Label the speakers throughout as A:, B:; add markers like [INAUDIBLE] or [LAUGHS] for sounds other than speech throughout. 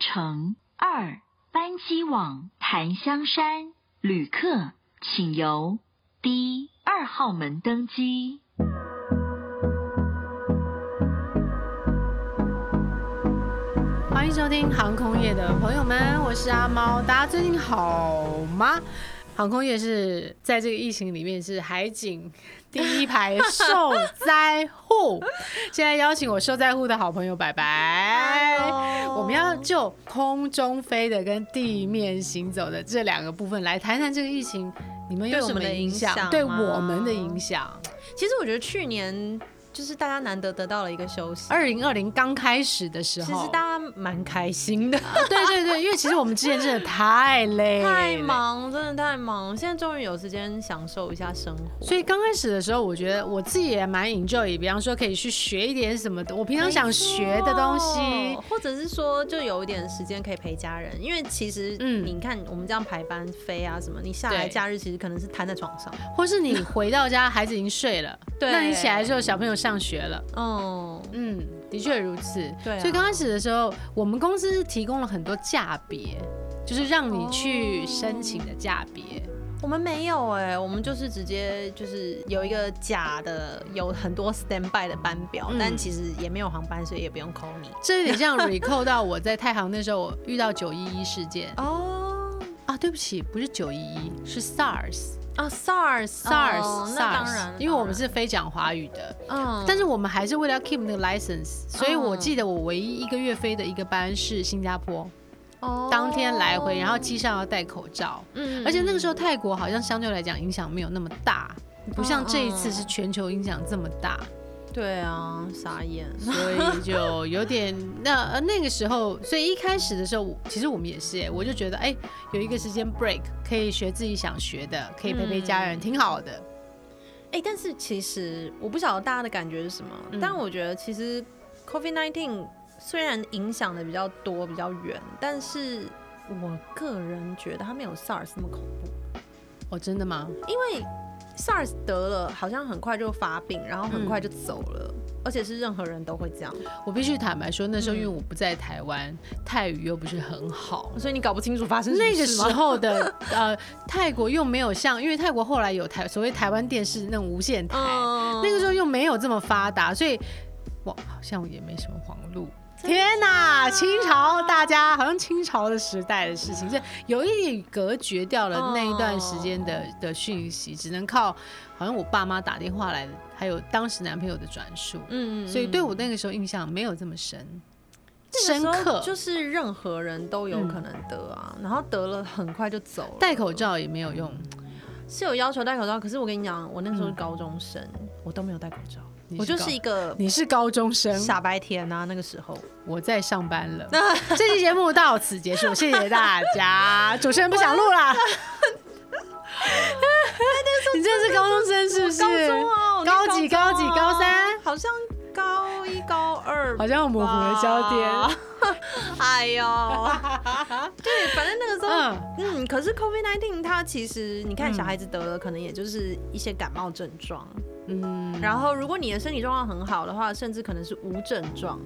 A: 乘二班机往檀香山，旅客请由 D 二号门登机。
B: 欢迎收听航空业的朋友们，我是阿猫，大家最近好吗？航空业是在这个疫情里面是海景第一排受灾
C: [LAUGHS]
B: 户。现在邀请我受灾户的好朋友白白
C: Hello
B: 我们要就空中飞的跟地面行走的这两个部分来谈谈这个疫情，你们有
C: 对我
B: 什么
C: 们的
B: 影
C: 影响
B: 对
C: 吗
B: 我们的影响。
C: 其实我觉得去年就是大家难得得到了一个休息，
B: 二零二零刚开始的时
C: 其
B: 候，
C: 实大家蛮开心 [LAUGHS] 的，
B: 对对对，因为其实我们之前真的太累，
C: 太。忙，真的太忙，现在终于有时间享受一下生活。
B: 所以刚开始的时候，我觉得我自己也蛮 enjoy，比方说可以去学一点什么的，我平常想学的东
C: 没
B: 西
C: 错。或者是说就有一点时间可以陪家人，因为其实
B: 嗯
C: 你看我们这样排班飞啊什么，你下来
B: 对
C: 假日其实可能是瘫在床上，
B: 或是你回到家，孩子已经睡 [LAUGHS] 了，
C: 对
B: 那你起来之后，小朋友上学了，
C: 嗯，
B: 嗯，的确如此。
C: 对啊
B: 所以刚开始的时候，我们公司是提供了很多价别，就是让你去
C: 哦
B: 申请的价别。
C: 我们没有哎、我们就是直接就是有一个假的，有很多 standby 的班表，
B: 嗯
C: 但其实也没有航班，所以也不用 call 你。
B: 这有点 [LAUGHS] 像 recall 到我在太行那时候，我遇到九一一事件
C: 哦
B: 啊，对不起，不是九一一，是 SARS。
C: 啊，SARS
B: 哦 SARS、
C: 哦
B: SARS，
C: 那当然，
B: 因为我们是非讲华语的，
C: 嗯，
B: 但是
C: 是
B: 我们还是为了要 keep 那个 license，所以我
C: 嗯
B: 记得我唯一一个月飞的一个班是新加坡，当天来回，然后机上要戴口罩，
C: 哦嗯
B: 而且那个时候泰国好像相对来讲影响没有那么大，不像这一次
C: 嗯
B: 是全球影响这么大，
C: 对啊，傻眼，
B: 所
C: 嗯
B: 以就有点那呃那个时候，所以一开始的时候，我其实我们也是哎，我就觉得哎、有一个时间 break 可以学自己想学的，可以陪陪家
C: 嗯
B: 人，挺好的。
C: 哎、但是其实我不晓得大家的感觉是什么，
B: 嗯
C: 但我觉得其实 COVID nineteen 虽然影响的比较多、比较远，但是我个人觉得它没有 SARS 那么恐怖，
B: 哦，真的吗？
C: 因为 SARS 得了好像很快就发病，然后很
B: 嗯
C: 快就走了，而且是任何人都会这样，
B: 我必须坦白说，那时候因为
C: 嗯
B: 我不在台湾，泰语又不是很好。
C: 所以你搞不清楚发生什么
B: 那个
C: 事
B: 时
C: 吗
B: 候
C: [LAUGHS]
B: 的呃，泰国又没有像，因为泰国后来有台所谓台湾电视那种无线台，
C: 嗯
B: 那个时候又没有这么发达，所以我好像也没什么网路。天呐，清朝大家好像清朝的时代的事情，是有一点隔绝掉了那一段时间的、
C: 哦
B: 的讯息，只能靠好像我爸妈打电话来的，还有当时男朋友的转述。
C: 嗯
B: 所以对我那个时候印象没有这么深，深
C: 那个时候
B: 刻。
C: 就是任何人都有可能得啊，然后得了很快就走了。
B: 戴口罩也没有用，
C: 是有要求戴口罩，可是我跟你讲，我那时候是高中生，嗯我都没有戴口罩，
B: 你
C: 我
B: 是
C: 就
B: 高
C: 是一个
B: 你是高中生，
C: 傻白甜啊。那个时候， [LAUGHS]
B: 我在上班了。这期节目到此结
C: [LAUGHS]
B: 束，谢谢大家。主持人不想录啦。 [LAUGHS] 你真的是高中生是不是？
C: 高中啊，我念
B: 高几高
C: 高
B: 几
C: 中啊
B: 高三，
C: 好像高一高二吧，
B: 好像有模糊了焦点。
C: 哎 [LAUGHS] 呦，对，反正那个时候，
B: 嗯，
C: 嗯，可是 COVID 1 9它其实你看
B: 嗯
C: 小孩子得了，可能也就是一些感冒症状，
B: 嗯，
C: 然后，如果你的身体状况很好的话，甚至可能是无症状。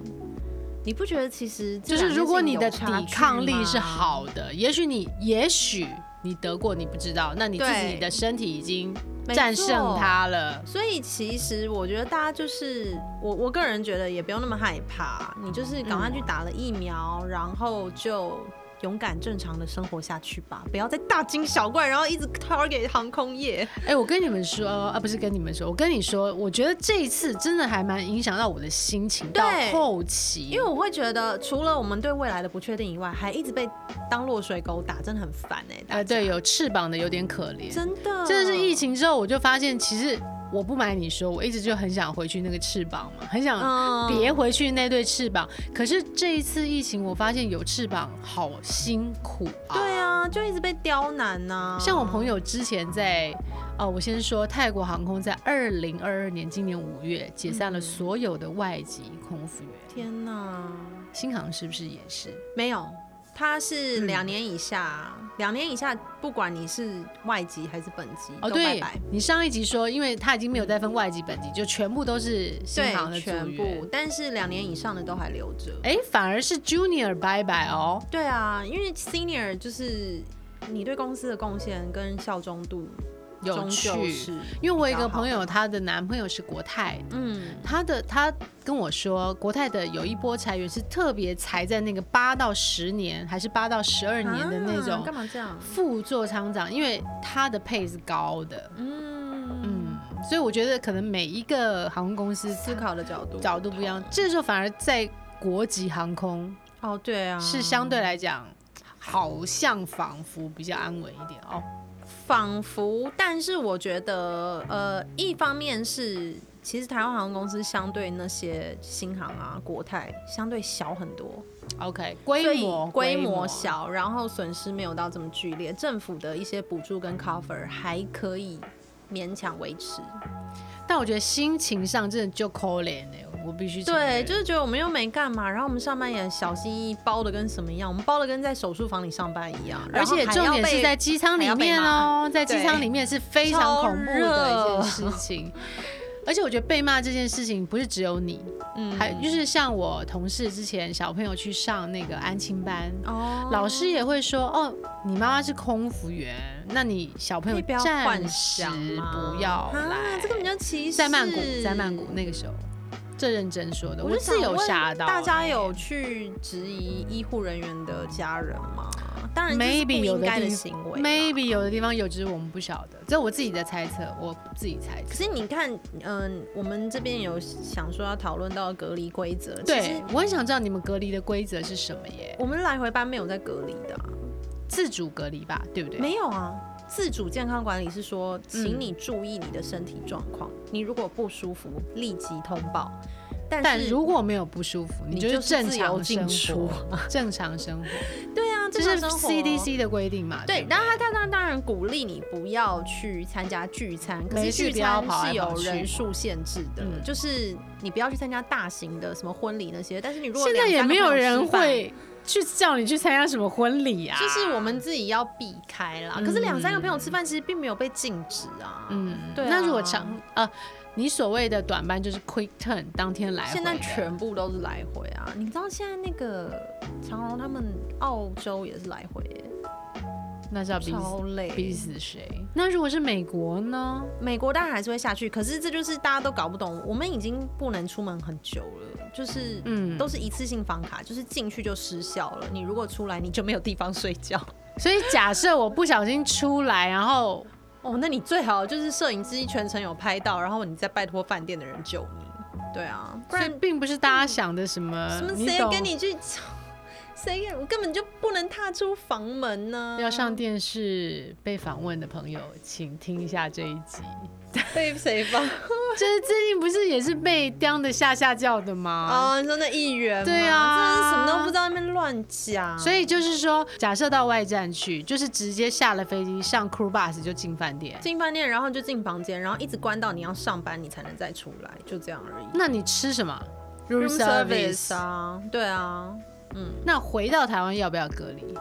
C: 你不觉得其实
B: 就
C: 这
B: 是
C: 两件
B: 如果
C: 事情
B: 你的
C: 有差
B: 抵
C: 距
B: 抗力是
C: 吗，
B: 好的，也许你，也许你得过，你不知道，那你自己
C: 对
B: 的身体已经
C: 没
B: 战胜
C: 错。
B: 它了。
C: 所以其实我觉得大家就是我，我个人觉得也不用那么害怕，你就是赶
B: 嗯
C: 快去打了疫苗，然后就勇敢正常的生活下去吧，不要再大惊小怪，然后一直 target 航空业。
B: 哎、我跟你们说，啊，不是跟你们说，我跟你说，我觉得这一次真的还蛮影响到我的心情，到
C: 对
B: 后期，
C: 因为我会觉得，除了我们对未来的不确定以外，还一直被当落水狗打，真的很烦哎、大
B: 呃，对，
C: 家，
B: 有翅膀的有点可怜。
C: 真的，
B: 真的是疫情之后，我就发现，其实我不瞒你说，我一直就很想回去那个翅膀嘛，很想
C: 嗯
B: 别回去那对翅膀。可是这一次疫情，我发现有翅膀好辛苦啊。
C: 对啊，就一直被刁难啊呐、
B: 像我朋友之前在，哦，我先说泰国航空在二零二二年今年五月解散了
C: 嗯
B: 所有的外籍空服员，
C: 天呐，
B: 新航是不是也是？
C: 没有，它是两年以下，两、年以下，不管你是外籍还是本籍，
B: 哦，
C: 都
B: 对
C: 拜拜。
B: 你上一集说，因为他已经没有再分外籍本籍，就全部都是新航的
C: 对，
B: 组
C: 全部
B: 员。，
C: 但是两年以上的都还留着。
B: 哎，反而是 Junior 拜拜哦。
C: 对啊，因为 senior 就是你对公司的贡献跟效忠度，
B: 有
C: 终
B: 趣
C: 究是
B: 因为我有一
C: 比
B: 个
C: 较好
B: 朋友，她的男朋友是国泰的，
C: 嗯，
B: 她的她跟我说，国泰的有一波裁员是特别裁在那个八到十年，还是八到十二年的那
C: 啊
B: 种
C: 干嘛这样？
B: 副座舱长，因为他的配是高的，
C: 嗯，
B: 嗯，所以我觉得可能每一个航空公司
C: 思考的角度，
B: 角度不一样，这时候反而在国际航空
C: 哦，对啊，
B: 是相对来讲，好像仿佛比较安稳一点哦。
C: 仿佛，但是我觉得，呃，一方面是其实台湾航空公司相对那些新航啊、国泰相对小很多，
B: OK，
C: 所
B: 规
C: 以
B: 模
C: 规模，小，然后损失没有到这么剧烈，政府的一些补助跟 cover 还可以勉强维持。
B: 但我觉得心情上真的就可怜哎，我必须承
C: 对，
B: 认
C: 就是觉得我们又没干嘛，然后我们上班也小心翼翼，包的跟什么一样，我们包的跟在手术房里上班一样，
B: 而且重点是在机舱里面哦，在机舱里面是非常恐怖的一件事情。而且我觉得被骂这件事情不是只有你，
C: 嗯
B: 还就是像我同事之前小朋友去上那个安亲班，
C: 哦
B: 老师也会说哦，你妈妈是空服员，那你小朋友
C: 你不要
B: 暂
C: 幻
B: 时
C: 想嘛
B: 不要
C: 啊
B: 来。，
C: 这个比较歧视。
B: 在曼谷，在曼谷那个时候，这认真说的，
C: 我
B: 我
C: 就是想
B: 有
C: 问
B: 吓到欸。
C: 大家有去质疑医护人员的家人吗？当然这是不
B: maybe 有
C: 应
B: 的
C: 该
B: 地
C: 的行为啦
B: maybe 有的地方有，只是我们不晓得，这我自己的猜测，我自己猜
C: 可
B: 测。
C: 是你看，嗯、我们这边有想说要讨论到隔离规则，其
B: 对
C: 实，
B: 我很想知道你们隔离的规则是什么耶？
C: 我们来回班没有在隔离的啊、
B: 自主隔离吧，对不对？嗯
C: 没有啊。自主健康管理是说，请你注意你的身体状况，你如果不舒服立即通报。但是
B: 但如果没有不舒服，你
C: 你
B: 就是
C: 就是
B: 正
C: 自由
B: 常
C: 进
B: 生
C: 出
B: 活，正常生活，
C: 对啊，
B: 这
C: [LAUGHS] 正
B: 是
C: 常生活
B: CDC 的规定嘛？
C: 对
B: 不，
C: 然后他当然当然鼓励你不要去参加聚餐，可
B: 没
C: 是
B: 事
C: 聚
B: 不要
C: 餐
B: 跑来
C: 是
B: 跑
C: 有
B: 去
C: 人数限制的
B: 嗯，
C: 就是你不要去参加大型的什么婚礼那些。但是你如果
B: 现在
C: 两
B: 也
C: 三个
B: 没有
C: 朋友
B: 人
C: 吃饭
B: 会去叫你去参加什么婚礼啊。
C: 就是我们自己要避开啦。可是两三个朋友吃饭其实并没有被禁止啊。
B: 嗯，
C: 对啊
B: 那如果长呃，你所谓的短班就是 quick turn，当天来回的。
C: 现在全部都是来回啊！你知道现在那个长荣他们澳洲也是来回耶，
B: 那是要逼
C: 超
B: 死逼
C: 累。
B: 死谁？那如果是美国呢？
C: 美国当然还是会下去，可是这就是大家都搞不懂，我们已经不能出门很久了，就是
B: 嗯
C: 都是一次性房卡，就是进去就失效了。你如果出来，你就没有地方睡觉。
B: 所以假设我不小心出来，然后
C: [LAUGHS] 哦，那你最好就是摄影机全程有拍到，然后你再拜托饭店的人救你。对啊，不
B: 所以
C: 然嗯
B: 并不是大家想的什么，
C: 什么
B: 你
C: 谁
B: 懂
C: 跟你去？谁跟我根本就不能踏出房门呢、
B: 要上电视被访问的朋友，请听一下这一集。 [LAUGHS]
C: 被谁 [LAUGHS] 放？
B: 就是最近不是也是被刁的吓吓叫的吗？
C: 哦，你说那议员吗？
B: 对啊
C: 真的是什么都不知道，那边乱讲。
B: 所以就是说，假设到外站去，就是直接下了飞机上 crew bus 就进饭店。
C: 进饭店，然后就进房间，然后一直关到你要上班，你才能再出来，就这样而已。
B: 那你吃什么
C: Room service 啊，对啊，
B: 那回到台湾要不要隔离？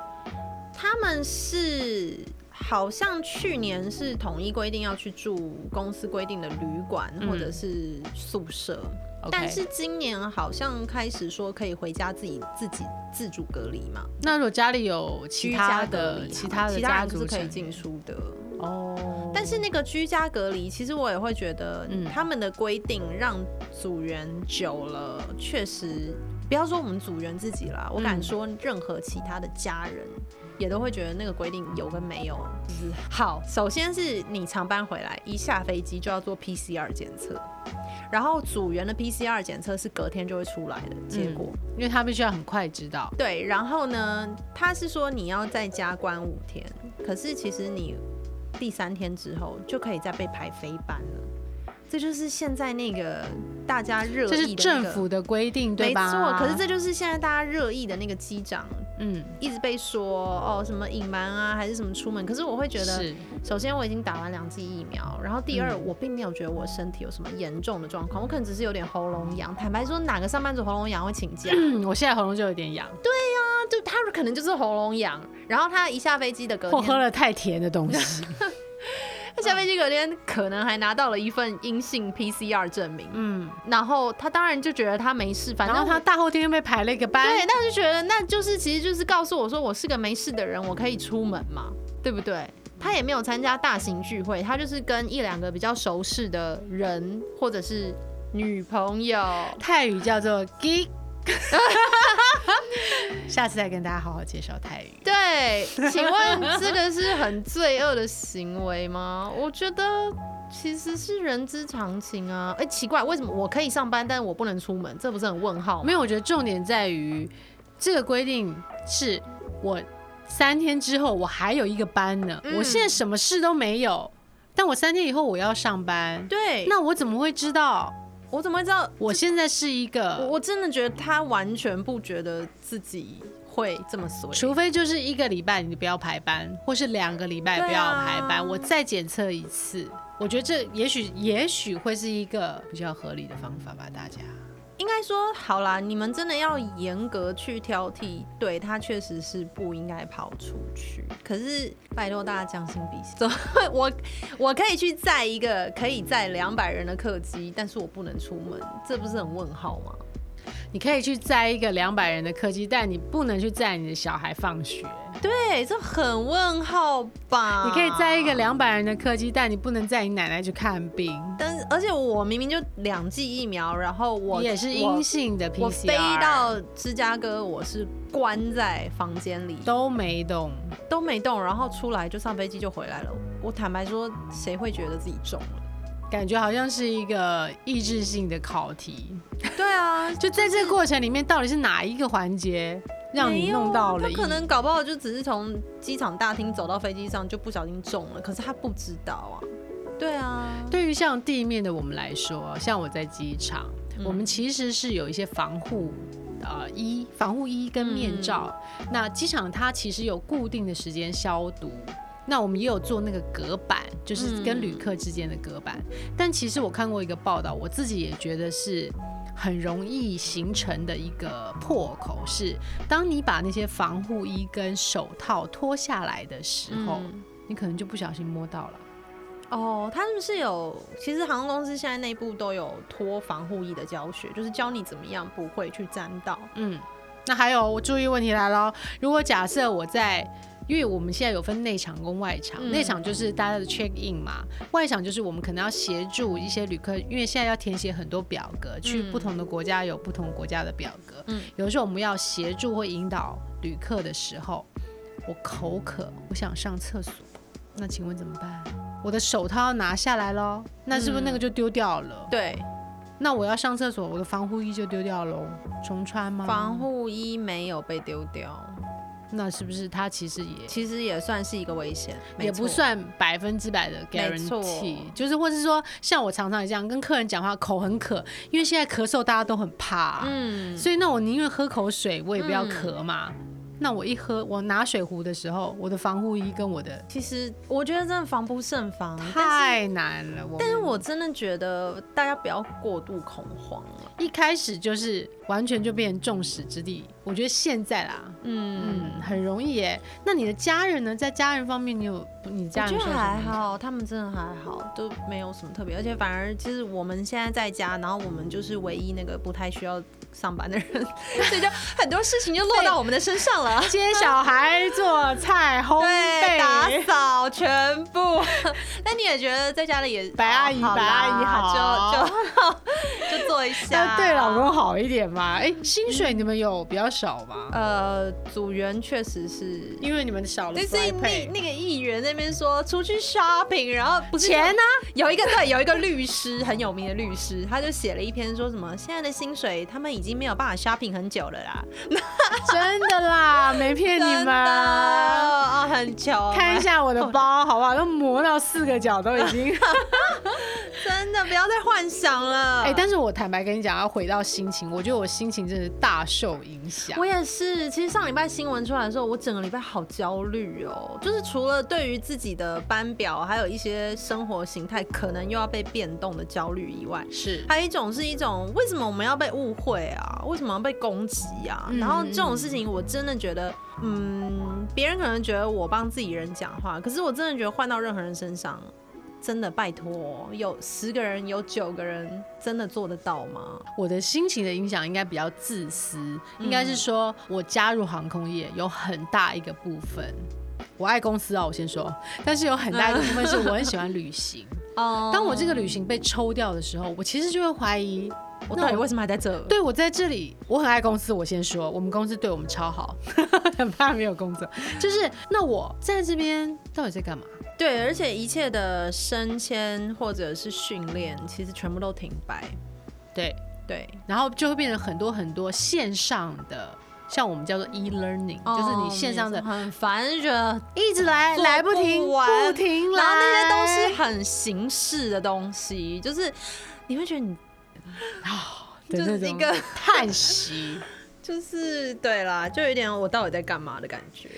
C: 他们是好像去年是统一规定要去住公司规定的旅馆
B: 嗯
C: 或者是宿舍，
B: OK
C: 但是今年好像开始说可以回家自己自己自主隔离嘛，
B: 那如果家里有其
C: 居
B: 他
C: 家隔
B: 的
C: 离，啊
B: 其他的
C: 其他
B: 家
C: 人不
B: 族
C: 是可以
B: 成
C: 进
B: 员
C: 出的。
B: 哦，
C: 但是那个居家隔离，其实我也会觉得
B: 嗯，
C: 他们的规定让组员久了，确实不要说我们组员自己啦，我敢说任何其他的家人也都会觉得那个规定有跟没有就是好。首先是你长班回来，一下飞机就要做 PCR 检测，然后组员的 PCR 检测是隔天就会出来的结果。
B: 因为他必须要很快知道，
C: 对，然后呢，他是说你要在家关五天，可是其实你第三天之后就可以再被排飞班了。这就是现在那个大家热
B: 这
C: 议的、那
B: 是
C: 个
B: 政府的规定，对
C: 没
B: 吧？
C: 错，可是这就是现在大家热议的那个机长
B: 嗯，
C: 一直被说哦什么隐瞒啊，还是什么出门。可是我会觉得，
B: 是
C: 首先我已经打完两剂疫苗，然后第二、
B: 嗯
C: 我并没有觉得我身体有什么严重的状况，我可能只
B: [LAUGHS]
C: 是有点喉咙痒。坦白说，哪个上班族喉咙痒会请假？
B: 嗯，我现在喉咙就有点痒，
D: 就他可能就是喉咙痒，然后他一下飞机的隔
B: 或喝
D: 天，
B: 了太甜的东
C: [LAUGHS]
B: 西，
D: 他下飞机隔天可能还拿到了一份阴性 PCR 证明，
B: 嗯，
D: 然后他当然就觉得他没事，反
B: 然后
D: 正
B: 他
D: 他。
B: 大后天又被排了一个班
D: 对，，那我就觉得那就是其实就是告诉我说我是个没事的人，我可以出门嘛，对不对？他也没有参加大型聚会，他就是跟一两个比较熟识的人或者是女朋友，
B: 泰语叫做 geek。下次再跟大家好好介绍泰语。
D: 对，请问这个是很罪恶的行为吗？ [LAUGHS] 我觉得其实是人之常情啊。哎、奇怪，为什么我可以上班，但我不能出门？这不是很问号吗？
B: 没有，我觉得重点在于这个规定是我三天之后我还有一个班呢，
D: 嗯
B: 我现在什么事都没有，但我三天以后我要上班，
C: 对，
B: 那我怎么会知道
C: 我怎么会知道？
B: 我现在是一
C: 我
B: 个？
C: 我真的觉得他完全不觉得自己会这么衰。
B: 除非就是一个礼拜你不要排班，或是两个礼拜不
C: 对
B: 要
C: 啊
B: 排班，我再检测一次。我觉得这也许也许会是一个比较合理的方法吧，大家。
C: 应该说，好啦，你们真的要严格去挑剔，对他确实是不应该跑出去。可是拜托大家将心比心，怎么会我 [LAUGHS] 我可以去载一个可以载两百人的客机，但是我不能出门，这不是很问号吗？
B: 你可以去载一个两百人的客机，但你不能去载你的小孩放学。
C: 对，这很问号吧？
B: 你可以载一个两百人的客机，但你不能载你奶奶去看病。
C: 但是而且我明明就两剂疫苗，然后我
B: 你也是
C: 我
B: 阴性的 PCR，
C: 我飞到芝加哥，我是关在房间里
B: 都没动。
C: 都没动，然后出来就上飞机就回来了。我坦白说，谁会觉得自己中了？ [LAUGHS]
B: 感觉好像是一个意志性的考题，
C: 对啊，
B: 就在这个过程里面，到底是哪一个环节让
C: 没
B: 你
C: 有
B: 弄到了
C: 他
B: 意？
C: 可能搞不好就只是从机场大厅走到飞机上就不小心中了，可是他不知道啊。对啊，
B: 对于像地面的我们来说，像我在机场，我们其实是有一些防护。呃，衣、防护衣跟面罩。那机场它其实有固定的时间消毒，那我们也有做那个隔板，就是跟旅客之间的隔板。但其实我看过一个报道，我自己也觉得是很容易形成的一个破口是，当你把那些防护衣跟手套脱下来的时候，
C: 嗯
B: 你可能就不小心摸到了。
C: 哦，他们是有，其实航空公司现在内部都有脱防护衣的教学，就是教你怎么样不会去沾到。
B: 嗯，那还有我注意问题来喽。如果假设我在，因为我们现在有分内场跟外场，
C: 嗯
B: 内场就是大家的 check in 嘛，外场就是我们可能要协助一些旅客，因为现在要填写很多表格，去
C: 嗯
B: 不同的国家有不同国家的表格。
C: 嗯
B: 有的时候我们要协助或引导旅客的时候，我口渴，我想上厕所，那请问怎么办？我的手套要拿下来喽，那是不
C: 嗯
B: 是那个就丢掉了？
C: 对，
B: 那我要上厕所，我的防护衣就丢掉喽，重穿吗？
C: 防护衣没有被丢掉，
B: 那是不是他其实也
C: 其实也算是一个危险，没
B: 也不
C: 错。
B: 算百分之百的
C: 没错
B: guarantee？就是或是说，像我常常也这样跟客人讲话，口很渴，因为现在咳嗽大家都很怕啊、
C: 嗯，
B: 所以那我宁愿喝口水，我也不要
C: 嗯
B: 咳嘛。那我一喝，我拿水壶的时候，我的防护衣跟我的
C: 其实我觉得真的防不胜防，嗯但是
B: 太难了。我
C: 但是
B: 们
C: 我真的觉得大家不要过度恐慌了。
B: 一开始就是完全就变成众矢之的。我觉得现在啦，
C: 嗯，
B: 嗯，很容易耶。那你的家人呢？在家人方面，你有你
C: 我
B: 家人
C: 觉
B: 说
C: 得
B: 什
C: 还
B: 么
C: 好，他们真的还好，都没有什么特别，而且反而就是我们现在在家，然后我们就是唯一那个不太需要上班的人， [LAUGHS] 所以就很多事情就落到我们的身上了。
B: 接小孩、做菜、烘
C: [LAUGHS] 对，打
B: 焙。
C: 扫全部。 [LAUGHS] 那你也觉得在家里也
B: 白阿姨
C: 哦好啦
B: 白阿姨好
C: 就就 [LAUGHS] 就做一下
B: 要。哎对老公好一点嘛？哎、薪水你们有比较少吗？
C: 呃，组员确实是。
B: 因为你们少了
C: 但是
B: fly
C: 那 [LAUGHS]
B: pay
C: 那个议员那边说出去 shopping，然后不是
B: 钱呢、
C: 有一个对，有一个律师很有名的律师，他就写了一篇说什么现在的薪水他们已经没有办法 shopping 很久了啦，
B: 真的啦，没骗你
C: 真的
B: 们。
C: 哦，很穷，
B: 看一下我的包好不好？都磨到四个角都已经。
C: 真的的不要再幻想了。
B: [LAUGHS] 哎、但是我坦白跟你讲，要回到心情，我觉得我心情真的是大受影响
C: 我。也是，其实上礼拜新闻出来的时候，我整个礼拜好焦虑哦。就是除了对于自己的班表，还有一些生活形态可能又要被变动的焦虑以外，
B: 是，
C: 还有一种是一种为什么我们要被误会啊？为什么要被攻击啊？
B: 嗯
C: 然后这种事情我真的觉得，嗯，别人可能觉得我帮自己人讲话，可是我真的觉得换到任何人身上，真的拜托，有十个人有九个人真的做得到吗？
B: 我的心情的影响应该比较自私，应该是说我加入航空业有很大一个部分，我爱公司啊，我先说，但是有很大一个部分是我很喜欢旅行。
C: 哦
B: 当我这个旅行被抽掉的时候，我其实就会怀疑，
C: 我
B: 那
C: 到底为什么还在这？
B: 对我在这里，我很爱公司。我先说，我们公司对我们超好， [LAUGHS] 很怕没有工作。就是那我在这边到底在干嘛？
C: 对，而且一切的升迁或者是训练，其实全部都停摆。
B: 对，
C: 对，
B: 然后就会变成很多很多线上的，像我们叫做 e learning，、就是你线上的
C: 哦很烦，就觉得
B: 一直来
C: 做
B: 来不停，
C: 哎不完
B: 不停来，
C: 然后那些都是很形式的东西，就是你会觉得你
B: 的
C: [LAUGHS] 就
B: 啊那
C: 是一
B: 种
C: 个
B: [LAUGHS] 叹息。
C: 就是对啦，就有点我到底在干嘛的感觉。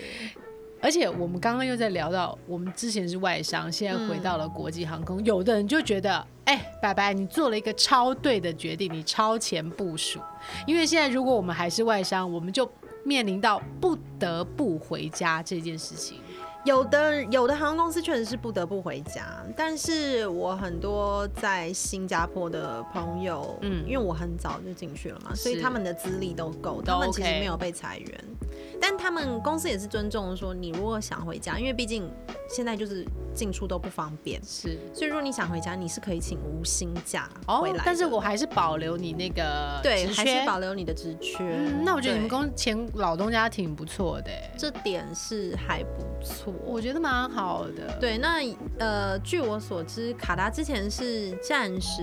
B: 而且我们刚刚又在聊到，我们之前是外商，现在
C: 嗯
B: 回到了国际航空，有的人就觉得，哎、拜拜，你做了一个超对的决定，你超前部署。因为现在如果我们还是外商，我们就面临到不得不回家这件事情。
C: 有的有的航空公司确实是不得不回家，但是我很多在新加坡的朋友，
B: 嗯
C: 嗯，因为我很早就进去了嘛，所以
B: 是
C: 他们的资历都够，
B: 都
C: 他们其实
B: OK
C: 没有被裁员，但他们公司也是尊重说，你如果想回家，因为毕竟现在就是进出都不方便，
B: 是
C: 所以如果你想回家，你是可以请无薪假
B: 哦
C: 回来的、，
B: 但是我还是保留你那个
C: 对
B: 职
C: 还
B: 缺
C: 是保留你的职缺、
B: 嗯，那我觉得你们
C: 对
B: 公前老东家挺不错的、哎
C: 这点是还不错，
B: 我觉得蛮好的。，
C: 对，那呃，据我所知，卡达之前是暂时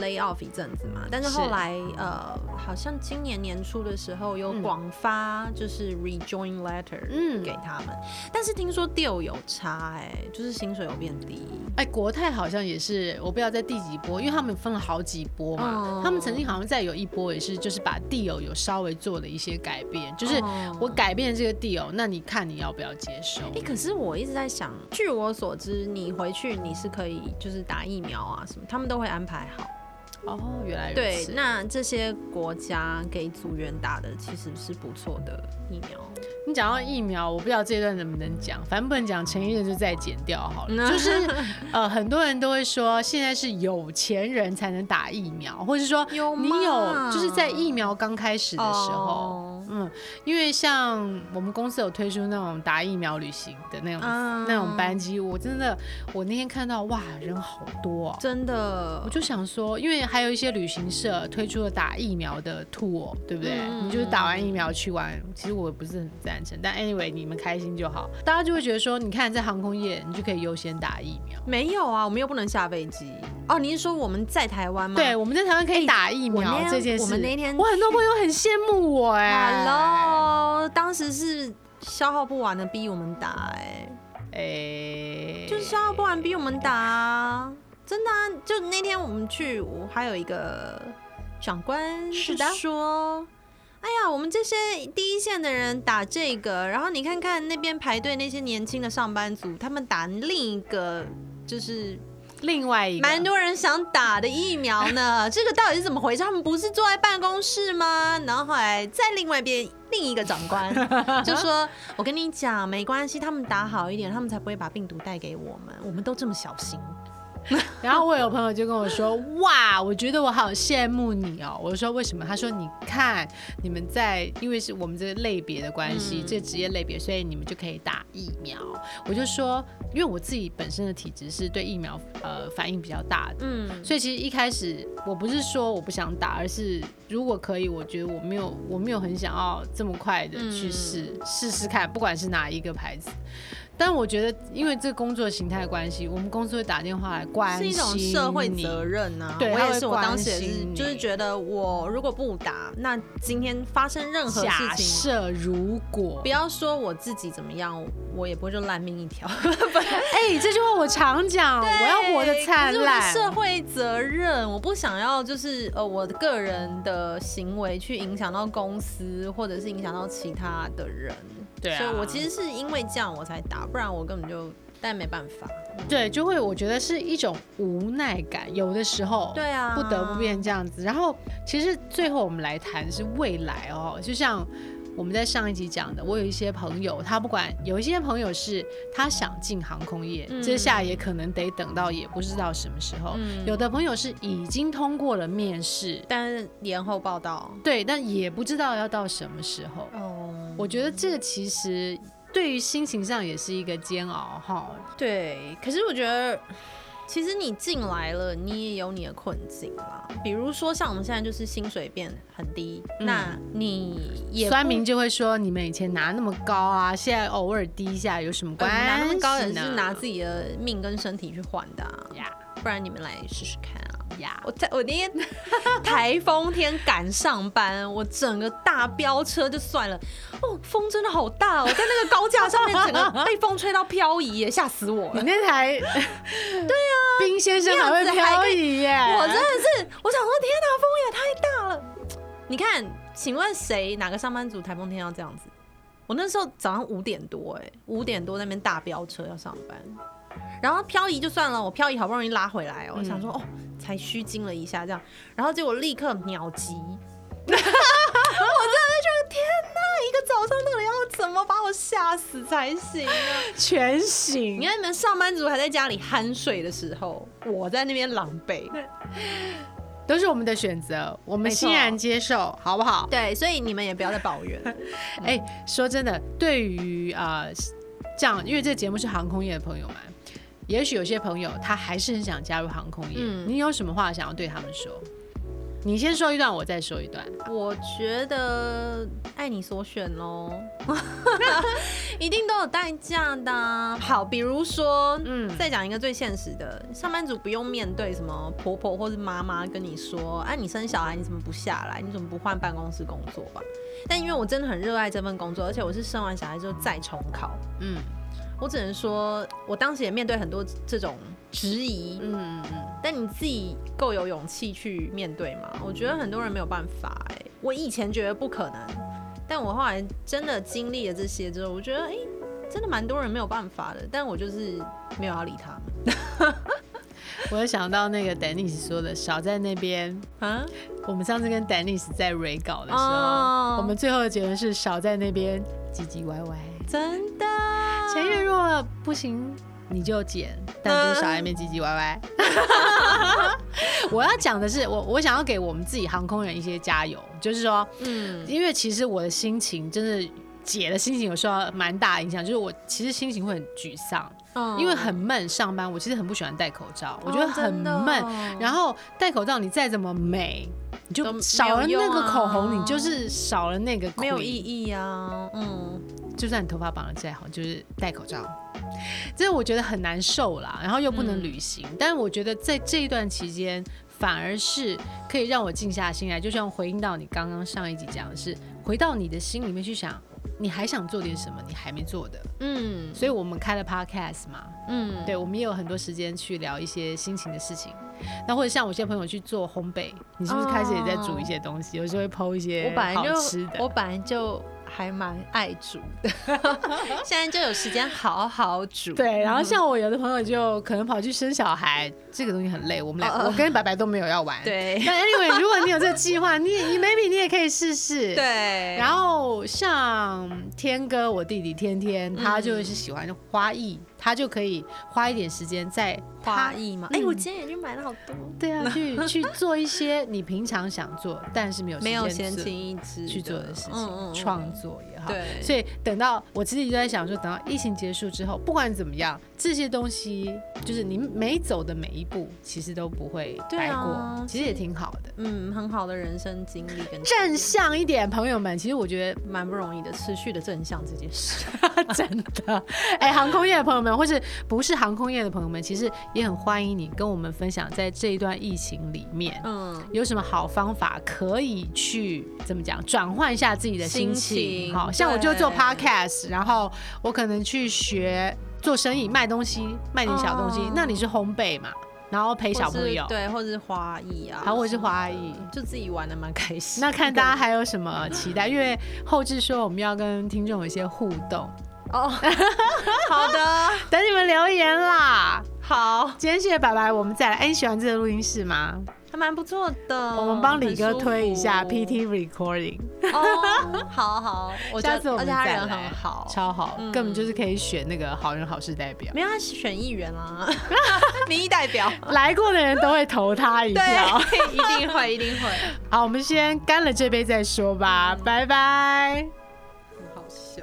C: lay off 一阵子嘛，但是
B: 是
C: 后来呃，好像今年年初的时候有
B: 嗯
C: 广发就是 rejoin letter
B: 嗯
C: 给他们，但是听说 deal 有差哎、就是薪水有变低，
B: 哎，国泰好像也是，我不知道在第几波，因为他们分了好几波嘛。
C: 哦
B: 他们曾经好像在有一波也是，就是把地友有稍微做了一些改变，就是我改变这个地友，那你看你要不要接受？
C: 哦哎、可是我一直在想，据我所知，你回去你是可以就是打疫苗啊什么，他们都会安排好。
B: 哦，原来如
C: 对
B: 此。，
C: 那这些国家给组员打的其实是不错的疫苗。
B: 你讲到疫苗，我不知道这段能不能讲，反正不能讲陈医生就再剪掉好
C: [LAUGHS]
B: 了。
C: 嗯
B: 就是呃，很多人都会说现在是有钱人才能打疫苗，或者是说
C: 有
B: 你有
C: 吗
B: 就是在疫苗刚开始的时候。
C: 哦
B: 嗯，因为像我们公司有推出那种打疫苗旅行的那种、
C: 啊
B: 那种班机，我真的我那天看到哇，人好多、哦。
C: 真的，
B: 我就想说，因为还有一些旅行社推出了打疫苗的 tour，对不对？
C: 嗯
B: 你就是打完疫苗去玩，其实我不是很赞成，但 anyway 你们开心就好。大家就会觉得说，你看在航空业，你就可以优先打疫苗。
C: 没有啊，我们又不能下飞机哦。你是说我们在台湾吗？
B: 对，我们在台湾可以打疫
C: 嗯哎我那
B: 苗
C: 天
B: 这件事，
C: 我们那天
B: 我很多朋友很羡慕我哎、
C: ，Hello，当时是消耗不完的逼我们打、哎，
B: 哎、
C: 就是消耗不完逼我们打、啊，真的啊。就那天我们去，我还有一个长官
B: 是
C: 是
B: 的
C: 说。哎呀，我们这些第一线的人打这个，然后你看看那边排队那些年轻的上班族，他们打另一个就是
B: 另外一个
C: 蛮多人想打的疫苗
B: [LAUGHS]
C: 呢，这个到底是怎么回事？他们不是坐在办公室吗？然后后来在另外一边另一个长
B: [LAUGHS]
C: 官就说：“我跟你讲，没关系，他们打好一点，他们才不会把病毒带给我们。我们都这么小心。
B: 然后我有朋友就跟我说：“ [LAUGHS] 哇，我觉得我好羡慕你哦。”我说：“为什么？”他说：“你看，你们在因为是我们这个类别的关系，
C: 嗯
B: 这个职业类别，所以你们就可以打疫苗。”我就说：“因为我自己本身的体质是对疫苗呃反应比较大的，
C: 嗯”
B: 所以其实一开始我不是说我不想打，而是如果可以，我觉得我没有
C: 嗯
B: 我没有很想要这么快的去试、试试看，不管是哪一个牌子。但我觉得，因为这个工作形态的关系，我们公司会打电话来关
C: 是
B: 心
C: 一种社会责
B: 任。
C: 任呐、
B: 对
C: 我
B: 他
C: 也
B: 会
C: 是，我当时也
B: 关
C: 是
B: 心，你
C: 就是觉得我如果不打，那今天发生任何事
B: 假
C: 情，
B: 设如果
C: 不，要说我自己怎么样，我也不会就烂命一条。
B: 哎、这句话我常讲，我要活得灿
C: 可
B: 烂
C: 是。我的社会责任，我不想要就是呃我的个人的行为去影响到公司，或者是影响到其他的人。
B: 对啊
C: 所以我其实是因为这样我才打，不然我根本就但没办法。
B: 对，就会我觉得是一种无奈感，有的时候，
C: 对啊
B: 不得不变成这样子。然后，其实最后我们来谈是未来哦，就像我们在上一集讲的，我有一些朋友，他不管有一些朋友是他想进航空业，
C: 嗯
B: 这下也可能得等到也不知道什么时候。
C: 嗯
B: 有的朋友是已经通过了面试，
C: 但是延后报道
B: 对，但也不知道要到什么时候。
C: 哦，
B: 我觉得这个其实对于心情上也是一个煎熬哈。
C: 对，可是我觉得。其实你进来了，你也有你的困境啦。比如说，像我们现在就是薪水变很低，
B: 嗯
C: 那你也不
B: 酸民就会说你们以前拿那么高啊，现在偶尔低一下有什么关系呢？
C: 呃拿那么高也是拿自己的命跟身体去换的、啊，
B: 呀
C: 不然你们来试试看啊！
B: 呀，
C: 我在我那天台风天赶上班，我整个大飙车就算了，哦，风真的好大哦，在那个高架上面整 [LAUGHS] 个被风吹到漂移耶，吓死我
B: 你
C: 了！
B: 那台对啊， [LAUGHS] 冰先生还会
C: 那样子还
B: 漂
C: 可
B: 移耶，
C: 我真的是，我想说，天哪，风也太大了！你看，请问谁哪个上班族台风天要这样子？我那时候早上五点多、哎，五点多那边大飙车要上班，然后漂移就算了，我漂移好不容易拉回来哦、我想说哦，才虚惊了一下这样，然后结果立刻秒急。我真的就觉得天哪，一个早上到底要怎么把我吓死才行啊？
B: 全
C: 你
B: 醒。
C: 看你们上班族还在家里酣睡的时候，我在那边狼狈。
B: 都是我们的选择，我们
C: 没错嗯
B: 欣然接受，好不好？
C: 对，所以你们也不要再抱怨。
B: 哎、说真的，对于呃这样，因为这个节目是航空业的朋友们，也许有些朋友他还是很想加入航空业，
C: 嗯
B: 你有什么话想要对他们说？你先说一段，我再说一段。
C: 我觉得爱你所选喽， [LAUGHS] 一定都有代价的啊、好，比如说，
B: 嗯
C: 嗯，再讲一个最现实的，上班族不用面对什么婆婆或是妈妈跟你说，啊，你生小孩你怎么不下来？你怎么不换办公室工作吧？但因为我真的很热爱这份工作，而且我是生完小孩之后再重考，
B: 嗯
C: 我只能说，我当时也面对很多这种质疑，
B: 嗯嗯，
C: 但你自己够有勇气去面对吗？我觉得很多人没有办法哎、我以前觉得不可能，但我后来真的经历了这些之后，我觉得哎、诶真的蛮多人没有办法的，但我就是没有要理他们
B: 我又想到那个 Dennis 说的，少在那边。
C: 啊。
B: 我们上次跟 Dennis 在 re 稿的时候，
C: 哦
B: 我们最后的结论是少在那边唧唧歪歪。
C: 真的，
B: 前月若不行，你就减，但就是少在那边唧唧歪
C: [LAUGHS]
B: 歪。我要讲的是，我我想要给我们自己航空人一些加油，就是说，
C: 嗯，
B: 因为其实我的心情真的。姐的心情有受到蛮大影响，就是我其实心情会很沮丧，
C: 哦嗯
B: 因为很闷。上班我其实很不喜欢戴口罩，我觉得很闷。然
C: 后
B: 后戴口罩，你再怎么美，你
C: 哦都
B: 就
C: 没
B: 少了
C: 有
B: 那个
C: 用啊
B: 口红，你就是少了那个
C: 没有
B: 意义。
C: 意义啊，嗯，
B: 就算你头发绑得再好，就是戴口罩，这我觉得很难受啦。然后又不能
C: 嗯
B: 旅行，但我觉得在这一段期间，反而是可以让我静下心来，就像回应到你刚刚上一集讲的是，回到你的心里面去想，你还想做点什么，你还没做的。
C: 嗯
B: 所以我们开了 podcast 嘛，
C: 嗯，
B: 对我们也有很多时间去聊一些心情的事情。那或者像我些朋友去做烘焙，你是不是开始也在煮一些东西？有时候会剖一些
C: 我本来
B: 好
C: 就
B: 吃的。
C: 我本来就还蛮爱煮
B: [LAUGHS]
C: 的，现在就有时间好好煮。
B: 对，然后像我有的朋友就可能跑去生小孩，这个东西很累。我们俩，
C: 哦哦
B: 我跟白白都没有要玩。。
C: 对
B: 但 anyway，如果你有这个计划，你也你 maybe 你也可以试试。。
C: 对，
B: 然后像天哥，我弟弟天天，
C: 嗯
B: 他就是喜欢花艺，他就可以花一点时间在他
C: 花艺嘛。哎、我今天也去买了好多，
B: 对啊，
C: [LAUGHS]
B: 去去做一些你平常想做但是没有时
C: 没有
B: 间
C: 闲
B: 做
C: 情逸致
B: 去做的事情，创、
C: 创
B: 作也好。
C: 嗯对
B: 所以等到我自己就在想说，等到疫情结束之后，不管怎么样，这些东西就是你每走的每一步，其实都不会
C: 对
B: 白过，
C: 啊
B: 其实也挺好的。
C: 嗯很好的人生经历跟
B: 正向一点，朋友们。其实我觉得
C: 蛮不容易的，持续的正向这件
B: [LAUGHS]
C: 事。
B: 真的，哎、航空业的朋友们，或是不是航空业的朋友们，其实也很欢迎你跟我们分享，在这一段疫情里面。
C: 嗯，
B: 有什么好方法可以去怎么讲转换一下自己的心
C: 心情
B: 好像我就做
C: 对
B: podcast，然后我可能去学做生意，卖东西，卖点小东西。
C: 哦
B: 那你是烘焙嘛，然后陪小
C: 或
B: 朋
C: 是
B: 友，
C: 对，或者是花艺啊，
B: 好，我是华裔。
C: 就自己玩的蛮开心。
B: 那看大家还有什么期待？因为后置说我们要跟听众有一些互动，
C: [LAUGHS] 哦，好的，
B: 等你们留言啦。
C: 好，
B: 今天谢谢白白，我们再来。哎、你喜欢这个录音室吗？
C: 还蛮不错的。
B: 我们帮李哥推一下
C: 哦很舒服
B: PT Recording，
C: 哦，好好，我觉
B: 下
C: 得
B: 次我们
C: 而且他
B: 再
C: 人
B: 来
C: 很好，
B: 超好，
C: 嗯
B: 根本就是可以选那个好人好事代表，
C: 没有他选议员啦， [LAUGHS] 民意代表，
B: 来过的人都会投他一票。
C: [LAUGHS] 对，一定会，一定会，
B: 好，我们先干了这杯再说吧，拜拜。
C: 很好笑。